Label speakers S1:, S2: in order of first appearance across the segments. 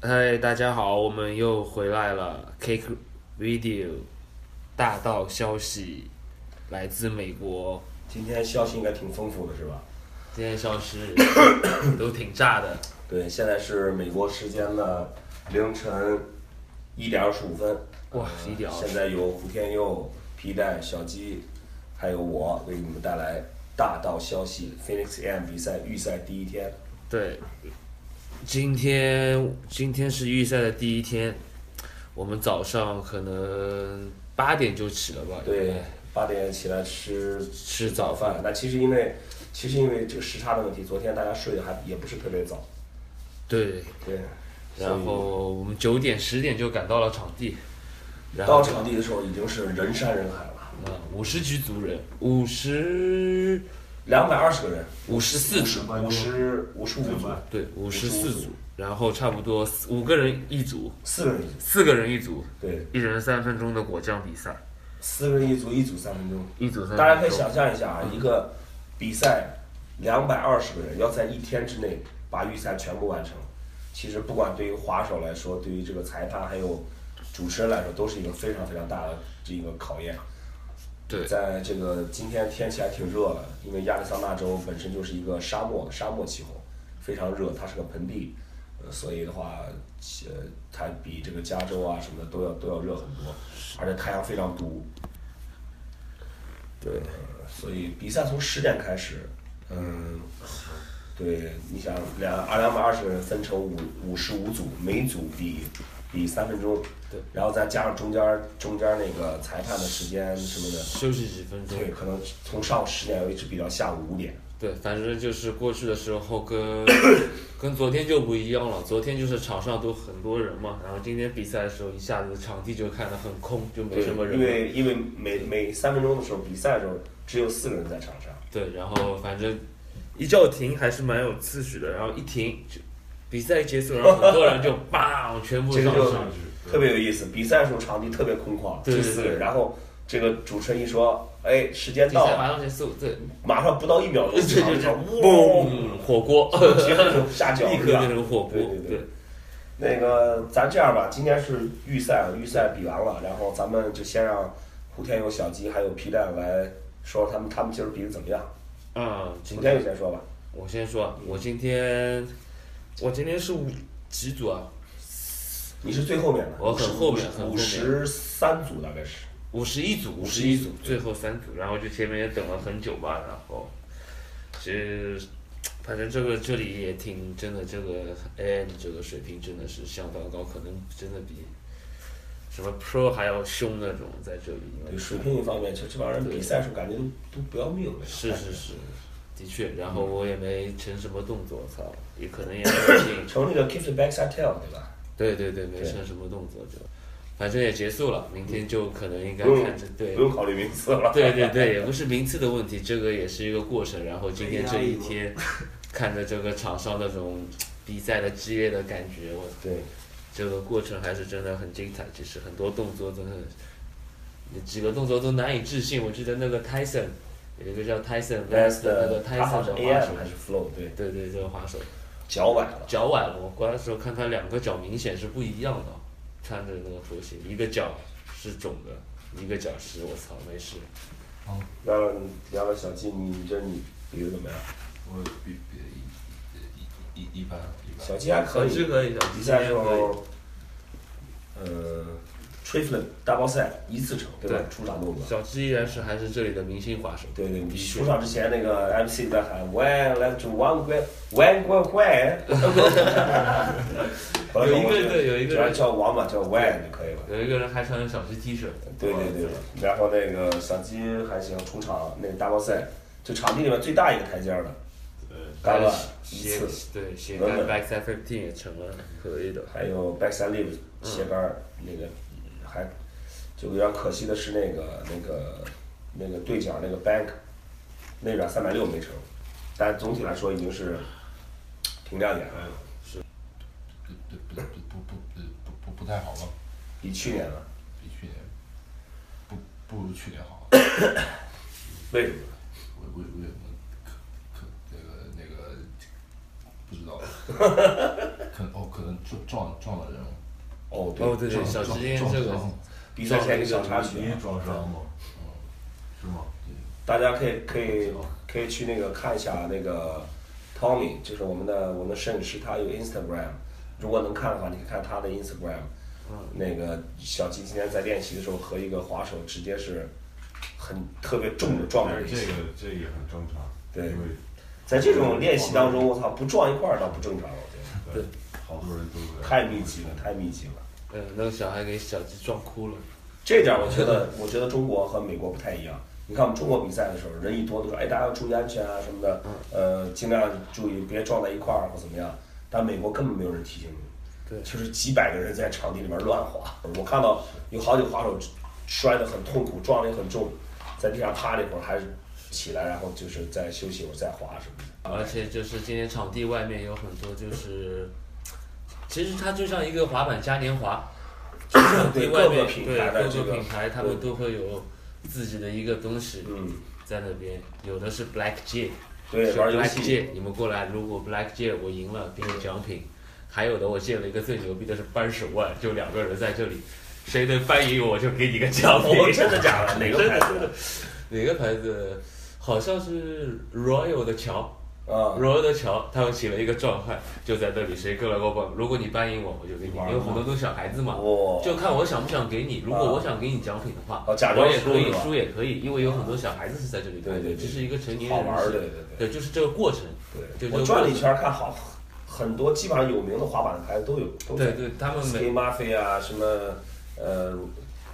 S1: 嗨，大家好，我们又回来了。Cake Video 大道消息来自美国，
S2: 今天消息应该挺丰富的，是吧？
S1: 今天消息都挺炸 的。
S2: 对，现在是美国时间的凌晨一点二十五分。
S1: 哇
S2: 呃
S1: 1点25
S2: 现在由胡天佑、皮带、小鸡，还有我为你们带来大道消息：Phoenix AM 比赛预赛第一天，
S1: 对，今天今天是预赛的第一天，我们早上可能八点就起了吧？
S2: 对，八点起来吃
S1: 吃
S2: 早
S1: 早饭。
S2: 饭。那其实因为其实因为这个时差的问题，昨天大家睡得还也不是特别早。
S1: 对，
S2: 对，
S1: 然后我们九点十点就赶到了场地，然后
S2: 到场地的时候已经是人山人海了，
S1: 嗯，五十局族人，五十
S2: 两百二十个人，
S1: 五十四组，
S2: 五十五十五组，
S1: 对，五十四组，然后差不多四五个人一组，
S2: 四个人一组。
S1: 四个人一组，
S2: 对，
S1: 一人三分钟的果酱比赛，
S2: 四个人一组，一组三分钟。
S1: 一组三分钟。
S2: 大家可以想象一下
S1: 嗯
S2: 啊，一个比赛两百二十个人要在一天之内把预赛全部完成，其实不管对于滑手来说，对于这个裁判还有主持人来说，都是一个非常非常大的这个考验。
S1: 对
S2: 在这个今天天气还挺热的，因为亚利桑那州本身就是一个沙漠沙漠气候，非常热，它是个盆地，呃，所以的话，呃，它比这个加州啊什么的都要都要热很多，而且太阳非常毒，嗯
S1: 对
S2: 所以比赛从十点开始，嗯，对，你想两二两百二十人分成五五十五组，每组比比三分钟，
S1: 对，
S2: 然后再加上中间儿中间儿那个裁判的时间什么的，
S1: 休息几分钟。
S2: 对，可能从上午十点一直比到下午五点，
S1: 对，反正就是过去的时候 跟跟昨天就不一样了，昨天就是场上都很多人嘛，然后今天比赛的时候一下子场地就看得很空，就没什么人
S2: 因
S1: 了。
S2: 为因为每每三分钟的时候比赛的时候只有四个人在场上，
S1: 对，然后反正一叫停还是蛮有次序的，然后一停就比赛一结束，然后很多人就 bang 全部
S2: 这个
S1: 上
S2: 就
S1: 上去。
S2: 特别有意思。比赛的时候场地特别空旷，
S1: 对
S2: 就
S1: 对
S2: 四个
S1: 对
S2: 人，然后这个主持人一说，哎，时间
S1: 比
S2: 到
S1: 赛
S2: 了，
S1: 马上结束，对，
S2: 马上不到一秒钟，
S1: 对对
S2: 场
S1: 对，
S2: 上嗡
S1: 嘣，火 锅，
S2: 其实那种下脚
S1: 立刻
S2: 对吧
S1: 变成火锅，
S2: 对对对那个，咱这样吧，今天是预赛，啊预赛比完了，然后咱们就先让胡天佑、小吉还有皮蛋来说说他们他们今儿比的怎么样。
S1: 嗯，今
S2: 胡
S1: 天
S2: 天佑先说吧。
S1: 我先说，啊我今天我今天是五几组啊？
S2: 你是最后面的，
S1: 我很后面很后面
S2: 五十三组大概是。
S1: 五十一组，五十一组，最后三组，然后就前面也等了很久吧，然后，其实，反正这个这里也挺真的，这个 AM 这个水平真的是相当高，可能真的比什么 Pro 还要凶那种，在这里，因为
S2: 对水平一方面，就这帮人比赛的时候感觉都都不要命了。
S1: 是是是，的确，然
S2: 嗯
S1: 后我也没成什么动作，操，也可 能也没有进
S2: 成那个 keep the backside tail 对吧？
S1: 对对对，没
S2: 对
S1: 成什么动作就，反正也结束了，明天就可能应该
S2: 不用
S1: 看着对
S2: 不。用考虑名次了。
S1: 对对对，也 不是名次的问题，这个也是一个过程。然后今天这一
S2: 哎
S1: 天，看着这个场上那种比赛的激烈的感觉，我
S2: 对，
S1: 这个过程还是真的很精彩。其实很多动作真的，几个动作都难以置信。我记得那个 Tyson，有一个叫 Tyson Vest 的那个
S2: 他好
S1: Tyson
S2: 像
S1: 的
S2: AM
S1: 滑手，
S2: 还是 flow 对，
S1: 对对，这个滑手
S2: 脚崴了。
S1: 脚崴了。我关的时候看他两个脚明显是不一样的，穿着那个球鞋，一个脚是肿的，一个脚是我操没事。
S2: 聊聊聊聊小鸡，你你这你比的怎么样？
S3: 我比比 euh, 一一一一般一般。
S2: 小鸡还可以。
S1: 是可以的，
S2: 比赛时候，呃，吹粉大包赛一次成，对吧？
S1: 对
S2: 出场动作。
S1: 小智依然是还是这里的明星滑手，
S2: 对对，
S1: 的
S2: 你
S1: 确
S2: 出场之前那个 MC 在喊 “When left to one g r a when g r a when”，
S1: 有一个对有一个
S2: 只要叫王嘛，叫 When 就可以了。
S1: 有一个人还穿着小智 T 恤，
S2: 对对
S1: 哦
S2: 对，然后那个小鸡还行，出场那个大包赛，就场地里面最大一个台阶儿的，
S1: 还
S2: 呃干
S1: 有
S2: 了一
S1: 斜
S2: 次，
S1: 对斜
S2: 稳
S1: 杆
S2: 稳
S1: backside fifteen 也成了，可以的，
S2: 还有 backside leave 斜杆儿那个还就有点可惜的是那个那个那个对角那个 bank 那边三百六没成，但总体来说已经是挺亮眼
S1: 嗯
S2: 了，
S3: 不不不不不不不不太好吧？
S2: 比去年了。
S3: 比去年不不如去年好。
S2: 为什么？
S3: 为为为什么？可可那个那个不知道。可哦可能撞撞撞了人了。
S2: 哦，对，
S1: 哦，对对，
S3: 撞
S1: 小
S3: 撞
S1: 时间
S3: 撞
S1: 这个
S3: 伤了
S2: 比赛前一个小插曲
S4: 你
S2: 啊，
S4: 撞伤了，是吗？
S2: 大家可以可以哦可以去那个看一下那个 Tommy，就是我们的我们的摄影师，他有 Instagram，如果能看的话，你可以看他的 Instagram。那个小吉今天在练习的时候和一个滑手直接是很特别重的撞在
S4: 但
S2: 一
S4: 是这
S2: 起
S4: 个，这也很正常，
S2: 对
S4: 因为
S2: 在这种练习当中，我操，不撞一块儿倒不正常，我觉得
S1: 对
S4: 好多人都在
S2: 太密集了，太密集了。
S1: 嗯，那个小孩给小鸡撞哭了。
S2: 这点儿我觉得，我觉得中国和美国不太一样。你看我们中国比赛的时候，人一多都说，哎，大家要注意安全啊什么的，
S1: 嗯
S2: 呃，尽量注意别撞在一块儿或怎么样。但美国根本没有人提醒你，
S1: 对
S2: 就是几百个人在场地里面乱滑。我看到有好几个滑手摔得很痛苦，撞得也很重，在地上趴了一会儿，还是起来，然后就是再休息一会儿再滑什么的。
S1: 而且就是今天场地外面有很多，就是其实它就像一个滑板嘉年华，场地
S2: 对
S1: 外
S2: 各
S1: 面
S2: 个品牌的
S1: 对
S2: 这
S1: 各
S2: 个
S1: 个品牌他们都会有自己的一个东西
S2: 嗯，
S1: 在那边，有的是 Black J，
S2: 对，
S1: 是
S2: 玩游
S1: Black
S2: 戏
S1: J，你们过来，如果 Black J 我赢了给你奖品，还有的我见了一个最牛逼的是扳手腕，就两个人在这里，谁能扳赢我就给你个奖品，
S2: 哦真的假 的哪个牌子
S1: 真的真的哪个牌子？好像是 Royal 的桥。
S2: 啊，
S1: 罗德桥他们起了一个状态，就在那里，谁过来给我报？如果你答应我，我就给你，因为很多都是小孩子嘛，
S2: 我
S1: 就看我想不想给你。如果我想给你奖品的话，
S2: 哦假装
S1: 我也可
S2: 输
S1: 以
S2: 是吧
S1: 输也可以，因为有很多小孩子是在这里看的，
S2: 对对对
S1: 这是一个成年
S2: 好
S1: 人
S2: 玩儿，对对对。
S1: 对，就是这个过程，
S2: 对，
S1: 就
S2: 我
S1: 就
S2: 转了一圈儿，看好很多基本上有名的滑板的牌子都有，都
S1: 对对，他们
S2: s
S1: 每
S2: k i Mafia 啊，什么呃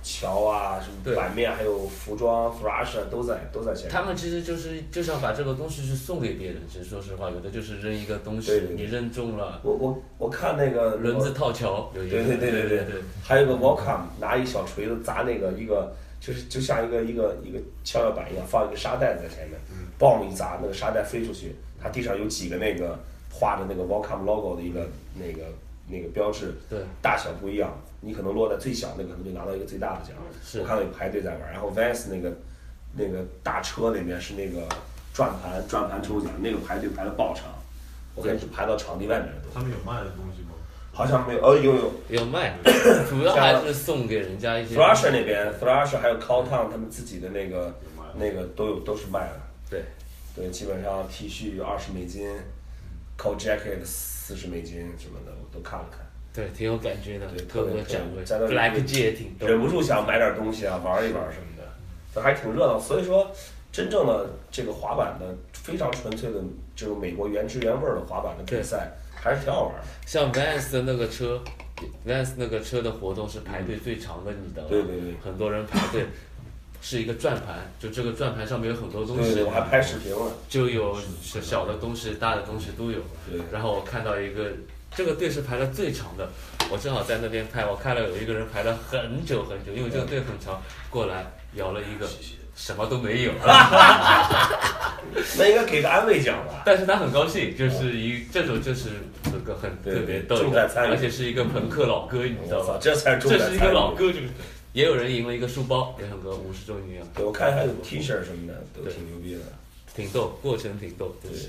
S2: 桥啊，什么
S1: 对
S2: 版面，还有服装 Flash 啊，都在都在现场。
S1: 他们其实就是就想把这个东西去送给别人，其实说实话，有的就是扔一个东西
S2: 对对，对
S1: 你扔中了，
S2: 我我我看那个
S1: 轮子，套桥，有一个
S2: 对对对
S1: 对
S2: 对对
S1: 对，
S2: 还有个 Welcome 拿一小锤子砸那个一个。就是就像一个一个一个跷跷板一样，放一个沙袋子在前面，
S1: 嗯
S2: 嘣一砸，那个沙袋飞出去，它地上有几个那个画着那个 Welcome logo 的一个那个那个标志，
S1: 对
S2: 大小不一样，你可能落在最小那个，可能就拿到一个最大的奖。
S1: 嗯是
S2: 我看到有排队在玩，然后 Vans 那个那个大车里面是那个转盘转盘抽奖，那个排队排的爆长，我感觉是排到场地外面了都。
S4: 他们有卖的东西吗？
S2: 好像没有，哦有有
S1: 要卖，主要还是送给人家一些。
S2: ，Thrasher 那边 Thrasher 还有 Cowtown 他们自己的那个那个都有都是卖的，
S1: 对，
S2: 对，基本上 T 恤二十美金，Coat Jacket 四十美金什么的，我都看了看。
S1: 对，挺有感觉的
S2: 对，
S1: 各
S2: 特
S1: 个
S2: 别
S1: 展位
S2: 在那里
S1: ，Black 界也挺
S2: 忍
S1: 多。
S2: 不住想买点东西啊，玩一玩什么的，这还挺热闹。所以说，真正的这个滑板的非常纯粹的这种美国原汁原味儿的滑板的比赛，还是挺好玩儿的。
S1: 像 Vans 的那个车，Vans 那个车的活动是排队最长的，你知道吗？
S2: 对对对
S1: 很多人排队， 是一个转盘，就这个转盘上面有很多东
S2: 对对，
S1: 西啊
S2: 我，还拍视频了。
S1: 就有小的东西、大的东西都有。
S2: 对，
S1: 然后我看到一个，这个队是排的最长的，我正好在那边拍，我看到有一个人排了很久很久，因为这个队很长，过来摇了一个，什么都没有。
S2: 那应该给个安慰奖 吧？
S1: 但是他很高兴，就是一这种就是这个很
S2: 对
S1: 特别逗
S2: 重在
S1: 的，
S2: 参与
S1: 而且是一个朋克老哥，你知道
S2: 我操，
S1: 吧？
S2: 这才是重
S1: 啊这
S2: 点
S1: 是一
S2: 参
S1: 个
S2: 与
S1: 老。哥，就是也有人赢了一个书包，也很高，五十周年啊，
S2: 对，我看还有 T 恤什么的，都
S1: 对
S2: 挺牛逼的。
S1: 挺逗，过程挺逗，就
S2: 对
S1: 是，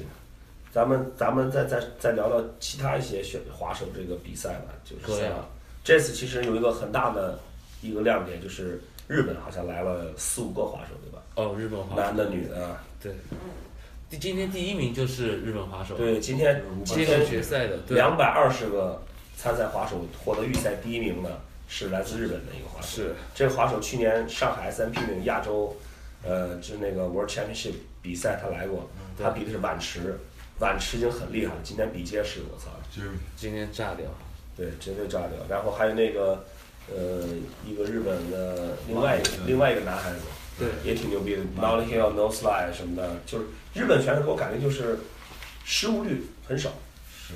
S2: 咱们咱们再再再聊聊其他一些选滑手这个比赛吧，就是
S1: 可以
S2: 像
S1: 啊
S2: 这次其实有一个很大的一个亮点，就是日本好像来了四五个滑手，对吧？
S1: 哦，日本滑
S2: 男
S1: 手，
S2: 的、女的。啊
S1: 对，第今天第一名就是日本滑手，
S2: 对，今天今
S1: 接受决
S2: 天
S1: 赛的，对，
S2: 两百二十个参赛滑手获得预赛第一名的是来自日本的一个滑手。
S1: 是
S2: 这个滑手去年上海 SMP 那个亚洲，呃，就是那个 World Championship 比赛他来过，
S1: 嗯对
S2: 他比的是碗池，碗池已经很厉害了，今天比皆是，我操，
S4: 就是
S1: 今天炸掉，
S2: 对，绝对炸掉。然后还有那个，呃，一个日本的另外一个另外一个男孩子，
S1: 对，
S2: 也挺牛逼的 n o t Hill No Slide 什么的，就是日本选手给我感觉就是失误率很少，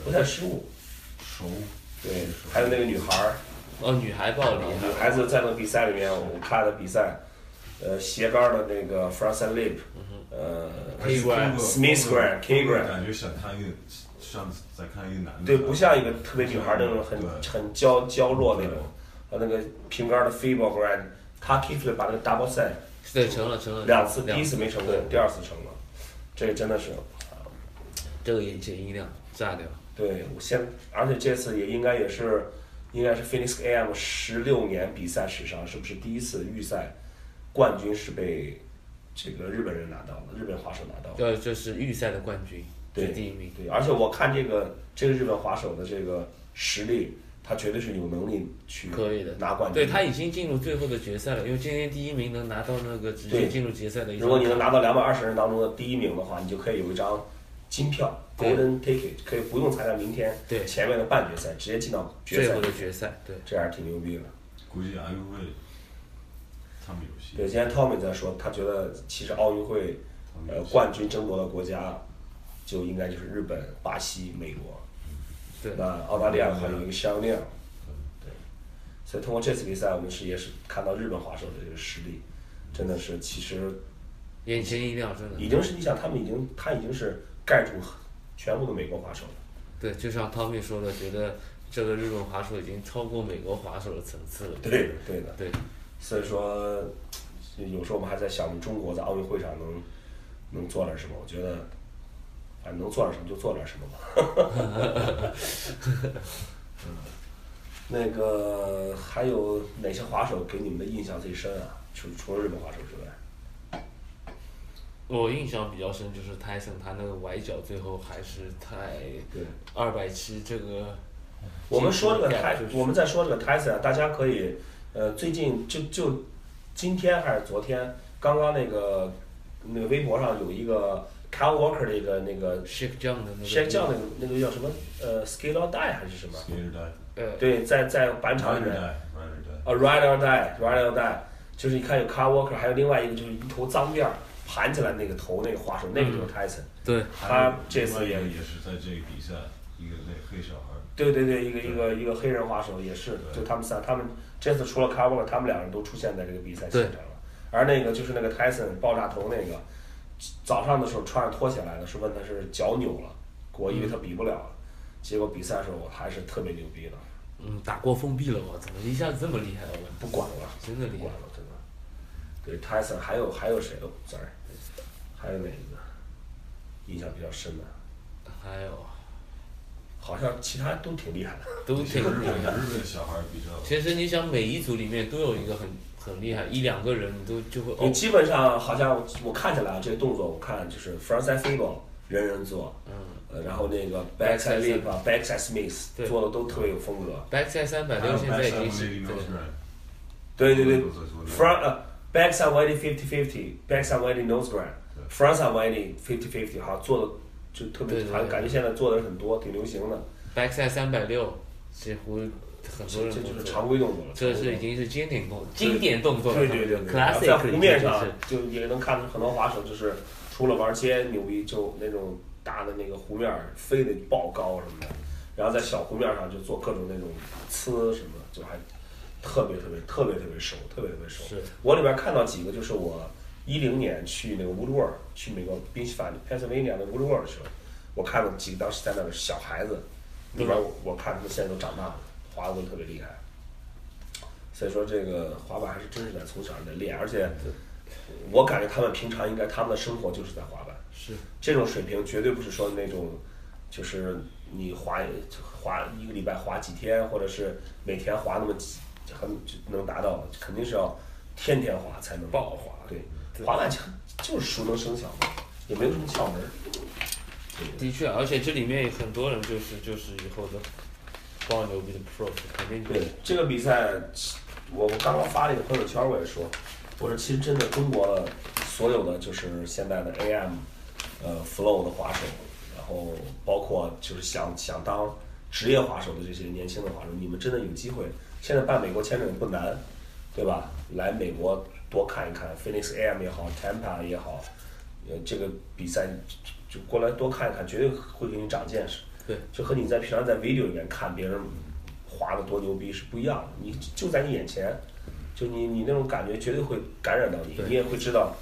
S2: 不太失误。
S4: 熟，
S2: 对，还有那个女孩儿，
S1: 哦，女孩暴力，
S2: 女孩子在那个比赛里面，我看的比赛，呃，斜杆儿的那个 f r a n c i s Lip，呃
S1: K Grant
S2: ，Smith Grant、K Grant，
S4: 感觉想看一个，像在看一个男的，
S2: 对，不像一个特别女孩儿那种很
S4: 对
S2: 很娇娇弱那种
S4: 对，
S2: 和那个平杆儿的 Fable Grant，他 k i c k 把那个 double set
S1: 对，成了成了
S2: 两次，第一次
S1: 次
S2: 没成功
S1: 对，
S2: 第二次成了，这个真的是，
S1: 这个引擎音量炸掉。
S2: 对，我现而且这次也应该也是，应该是 Phoenix AM 十六年比赛史上是不是第一次预赛冠军是被这个日本人拿到了，日本滑手拿到了。
S1: 这这是预赛的冠军，
S2: 对
S1: 是第一名。
S2: 对，而且我看这个这个日本滑手的这个实力，他绝对是有能力去
S1: 可以的
S2: 拿冠军。
S1: 对他已经进入最后的决赛了，因为今天第一名能拿到那个直接
S2: 对
S1: 进入决赛的一张
S2: 如果你能拿到两百二十人当中的第一名的话，你就可以有一张金票
S1: 对
S2: （Golden Ticket），可以不用参加明天
S1: 对
S2: 前面的半决赛，直接进到决
S1: 最
S2: 赛
S1: 后，的决赛，对，
S2: 这还是挺牛逼的。
S4: 估计奥运会他们有戏。
S2: 对，今天 Tommy 在说，他觉得其实奥运会
S4: 他们
S2: 呃
S4: 有戏
S2: 冠军争夺的国家就应该就是日本、巴西、美国。
S1: 对
S2: 那澳大利亚还有一个香料，对，所以通过这次比赛，我们是也是看到日本滑手的这个实力，真的是其实
S1: 眼前一亮，真
S2: 已
S1: 的。
S2: 经是你想他们已经他已经是盖住全部的美国滑手了。
S1: 对，就像汤米说的，觉得这个日本滑手已经超过美国滑手的层次了。
S2: 对的，对的。
S1: 对，
S2: 所以说，有时候我们还在想，我们中国在奥运会上能能做点什么？我觉得，反正能做点什么就做点什么吧。嗯，那个还有哪些滑手给你们的印象最深啊？除除了日本滑手之外，
S1: 我印象比较深就是泰森他那个崴脚，最后还是太
S2: 对，
S1: 二百七这个。
S2: 我们说这个
S1: 技术
S2: 泰
S1: 感就，是
S2: 我们在说这个泰森啊，大家可以，呃，最近就就今天还是昨天，刚刚那个那个微博上有一个 Kyle Walker 的一个那个
S1: Shake John 的那个。
S2: 先叫那个那个叫什么呃 scale or die 还是什么？
S4: Skater die,
S1: 呃，
S2: 对，在在板
S4: rider
S2: 场里面
S4: die,
S2: 啊
S4: rider die。
S2: ride or die ride or die，就是你看有 car walker，还有另外一个就是一头脏辫儿盘起来那个头那个花手，那个就是 Tyson。
S1: 对，
S4: 还有
S2: 他这次
S4: 另
S2: 也
S4: 外一个也是在这个比赛，一个那黑小孩儿，
S2: 对对对，一个一个一个黑人滑手也是，
S4: 对
S2: 就他们仨，他们这次除了 car walker，他们两人都出现在这个比赛现
S1: 对
S2: 场了。而那个就是那个 Tyson 爆炸头那个，早上的时候穿着拖鞋来的，是问他是脚扭了，我以为他比不了了，结果比赛的时候还是特别牛逼的，
S1: 嗯，打过封闭了，我怎么一下子这么厉害了？我
S2: 不管了。
S1: 真的
S2: 不
S1: 厉害
S2: 管。了，啊真的。对泰森还有还有谁哦？sorry，还有哪一个印象比较深的？
S1: 还有，
S2: 好像其他都挺厉害的。
S1: 都
S4: 其实
S1: 挺
S4: 日
S1: 厉
S4: 本
S1: 害。
S4: 日本小孩儿比较
S1: 其实你想，每一组里面都有一个很很厉害，一两个人你都就会
S2: 你
S1: 哦，
S2: 基本上好像我我看起来啊，这个动作我看就是 frontside fable 人人做，
S1: 嗯
S2: 呃，然后那个
S1: Backside
S2: backside lip 啊，backside smith
S1: 对嗯
S2: 做的都特别有风格。
S1: 哦，backside 三百
S4: 还
S1: 六
S4: 有
S1: 现在已
S4: Backside
S1: 经
S4: Lady
S1: 是
S4: Mills Run
S2: 对对对
S4: 都
S1: 嗯
S4: 在做那个
S2: ，front 呃 backside wide fifty fifty，backside wide nose grind
S4: 对。
S2: frontside wide fifty fifty，好像做的就特别
S1: 对，对
S2: 好像
S1: 对
S2: 感觉现在做的人很多，挺流行的。
S1: backside 三百六，几乎很多
S2: 这这
S1: 人
S2: 就是
S1: 都
S2: 常
S1: 做。
S2: 规动作了。
S1: 这是已经是经典动经典动作了
S2: 对对对对，然后
S1: ，classic
S2: 在湖面上
S1: 就是
S2: 就也能看出很多滑手就是除了玩街牛逼，就那种大的那个湖面儿飞得爆高什么的，然后在小湖面上就做各种那种呲什么，就还特别特别特别特别熟，特别特别熟。
S1: 是
S2: 我里边看到几个，就是我一零年去那个 Woodward，去美国宾夕法尼 Pennsylvania 的 Woodward 的时候，我看到几个当时在那的小孩子，里边我我看他们现在都长大了，滑的都特别厉害。所以说这个滑板还是真是得从小得练，而且我感觉他们平常应该他们的生活就是在滑板，
S1: 是
S2: 这种水平绝对不是说那种就是你滑滑一个礼拜滑几天，或者是每天滑那么几很就能达到，肯定是要天天滑才能
S1: 爆滑
S2: 对，
S1: 对
S2: 滑板就就是熟能生巧嘛，也没有什么窍门儿。
S1: 的确，而且这里面很多人就是就是以后的爆牛逼的 pro，肯定就
S2: 对这个比赛，我我刚刚发了一个朋友圈，我也说，我说其实真的中国的所有的就是现在的 AM，呃 Flow 的滑手，然后包括就是想想当职业滑手的这些年轻的滑手，你们真的有机会。现在办美国签证也不难，对吧？来美国多看一看，Phoenix AM 也好，Tampa 也好，呃，这个比赛就就过来多看一看，绝对会给你长见识。
S1: 对，
S2: 就和你在平常在 video 里面看别人滑的多牛逼是不一样的，你就在你眼前，就你你那种感觉绝对会感染到你，
S1: 对
S2: 你也会知道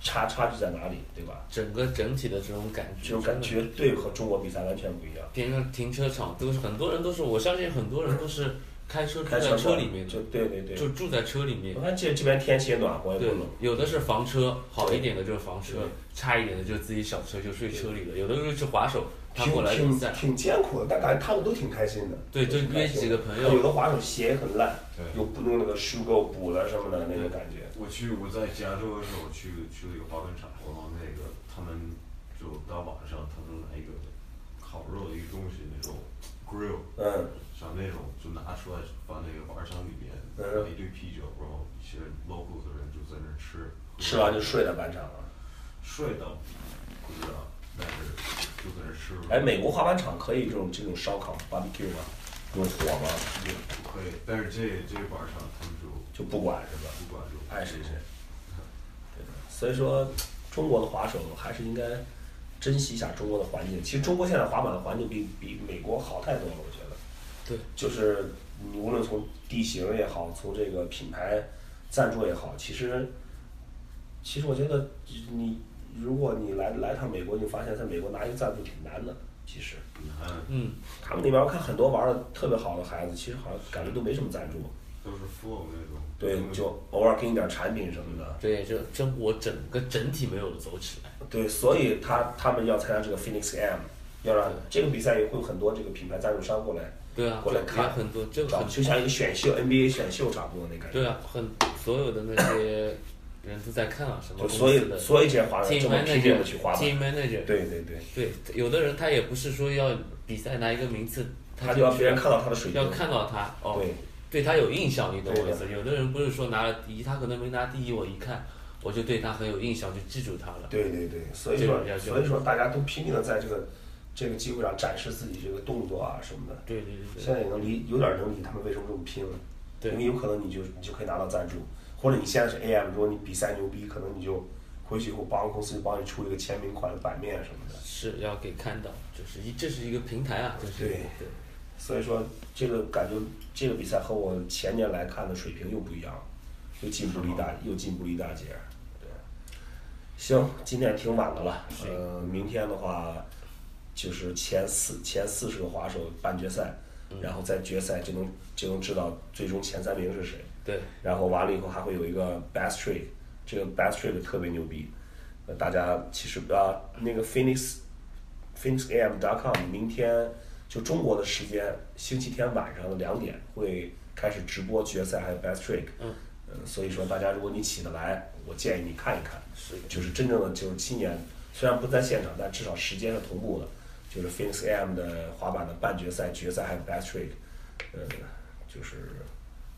S2: 差差距在哪里，对吧？
S1: 整个整体的这种感觉，
S2: 这种感觉对和中国比赛完全不一样。
S1: 边上停车场都是很多人都是，我相信很多人都是开车住
S2: 开
S1: 在
S2: 车
S1: 车
S2: 嘛
S1: 里面的
S2: 就，对对对。
S1: 就住在车里面
S2: 我。看这这边天气也暖和，也不
S1: 对
S2: 冷。，
S1: 有的是房车，好一点的就是房车
S2: 对，
S1: 差一点的就是自己小车就睡车里了。有的时候去滑手，他
S2: 挺
S1: 过来比
S2: 挺
S1: 赛，
S2: 挺艰苦的，但感觉他们都挺开心的。
S1: 对
S2: 都挺
S1: 就约
S2: 开心
S1: 几个
S2: 的
S1: 朋友
S2: 有的滑手鞋也很烂，
S4: 对
S2: 又不用那个 shoe go 补了什么的那种感觉。
S4: 我去我在加州的时候去去了一个滑冰场，然后那个他们就到晚上他们来一个烤肉的一个东西那种 grill，
S2: 嗯，
S4: 像那种就拿出来放那个玩场里面，
S2: 嗯
S4: 拿一堆啤酒，然后一些 local 的人就在那吃，
S2: 吃完就睡了半场了。
S4: 睡到不知道，但是就在那吃。
S2: 哎，美国滑板场可以这种这种烧烤 barbecue 吗？有火吗？
S4: 也不可以，但是这这晚上他们就
S2: 就不管是吧？
S4: 不管就
S2: 爱谁谁。对的，所以说中国的滑手还是应该珍惜一下中国的环境。其实中国现在滑板的环境比比美国好太多了，我觉得。
S1: 对，
S2: 就是你无论从地形也好，从这个品牌赞助也好，其实其实我觉得你如果你来来趟美国，你发现在美国拿一个赞助挺难的。其实
S4: 你看
S1: 嗯，
S2: 他们那边我看很多玩的特别好的孩子，其实好像感觉都没什么赞助，
S4: 都是 flow 那种。
S2: 对，就偶尔给你点产品什么的。
S1: 对，就中国整个整体没有走起来。
S2: 对，所以他他们要参加这个 Phoenix M，要让这个比赛也会有很多这个品牌赞助商过来，
S1: 对啊，
S2: 过来
S1: 就
S2: 看
S1: 也很多这个
S2: 找
S1: 很
S2: 就像一个选秀 NBA 选秀差不多那感觉。
S1: 对啊，很所有的那些人都在看啊，什么
S2: 就
S1: 公
S2: 所
S1: 司
S2: 以
S1: 的
S2: 所以这些华人
S1: team
S2: 这么拼命的去滑
S1: manager，team
S2: 板，
S1: manager，
S2: 对对对，
S1: 对，有的人他也不是说要比赛拿一个名次，
S2: 他就要别人看到他的水平
S1: 要，看到他哦，
S2: 对
S1: 对他有印象，你懂我
S2: 对
S1: 意
S2: 的
S1: 思？有的人不是说拿了第一，他可能没拿第一，我一看我就对他很有印象，就记住他了。
S2: 对对对，所以
S1: 这
S2: 说
S1: 种比较就
S2: 所以说大家都拼命的在这个这个机会上展示自己这个动作啊什么的，
S1: 对对对
S2: 现在也能理有点能理他们为什么这么拼了，
S1: 对
S2: 因为有可能你就你就可以拿到赞助，或者你现在是 AM，如果你比赛牛逼，可能你就回去以后帮公司就帮你出一个签名款的版面什么的。
S1: 是要给看到，就是一这是一个平台啊，就是
S2: 对
S1: 对
S2: 所以说这个感觉这个比赛和我前年来看的水平又不一样了，又进步了一大又进步了一大截儿。对，行，今天挺晚的了，呃，明天的话就是前四前四十个滑手半决赛，然后在决赛就能就能知道最终前三名是谁。
S1: 对，
S2: 然后完了以后还会有一个 Bass Trick，这个 Bass Trick 特别牛逼，呃，大家其实啊，那个 Phoenix Phoenix AM com 明天就中国的时间，星期天晚上的两点会开始直播决赛，还有 Bass Trick，
S1: 嗯
S2: 呃所以说大家如果你起得来，我建议你看一看，
S1: 是的
S2: 就是真正的就是今年虽然不在现场，但至少时间是同步的，就是 Phoenix AM 的滑板的半决赛、决赛还有 Bass Trick，呃，就是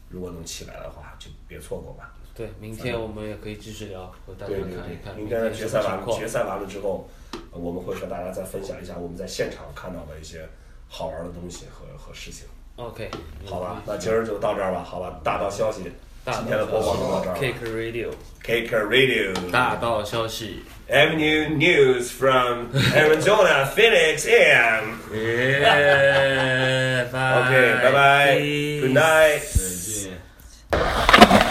S2: 如果能起来的话，就别错过吧。
S1: 对，明天我们也可以继续聊，和大家
S2: 对对
S1: 看一看
S2: 对，明
S1: 明
S2: 天的
S1: 天什
S2: 决赛
S1: 么情
S2: 完
S1: 况
S2: 决。赛完了之后，呃我们会和大家再分享一下我们在现场看到的一些好玩的东西和和事情。
S1: OK，
S2: 好吧，
S1: 嗯
S2: 那今儿就到这儿吧，好吧。大道消息，
S1: 大
S2: 今天的播报就到这儿了。
S1: Cake Radio
S2: Cake Radio
S1: 大道消息，
S2: Avenue News from Arizona Phoenix AM。
S1: 耶
S2: OK，拜拜，Good night。
S4: 对，这。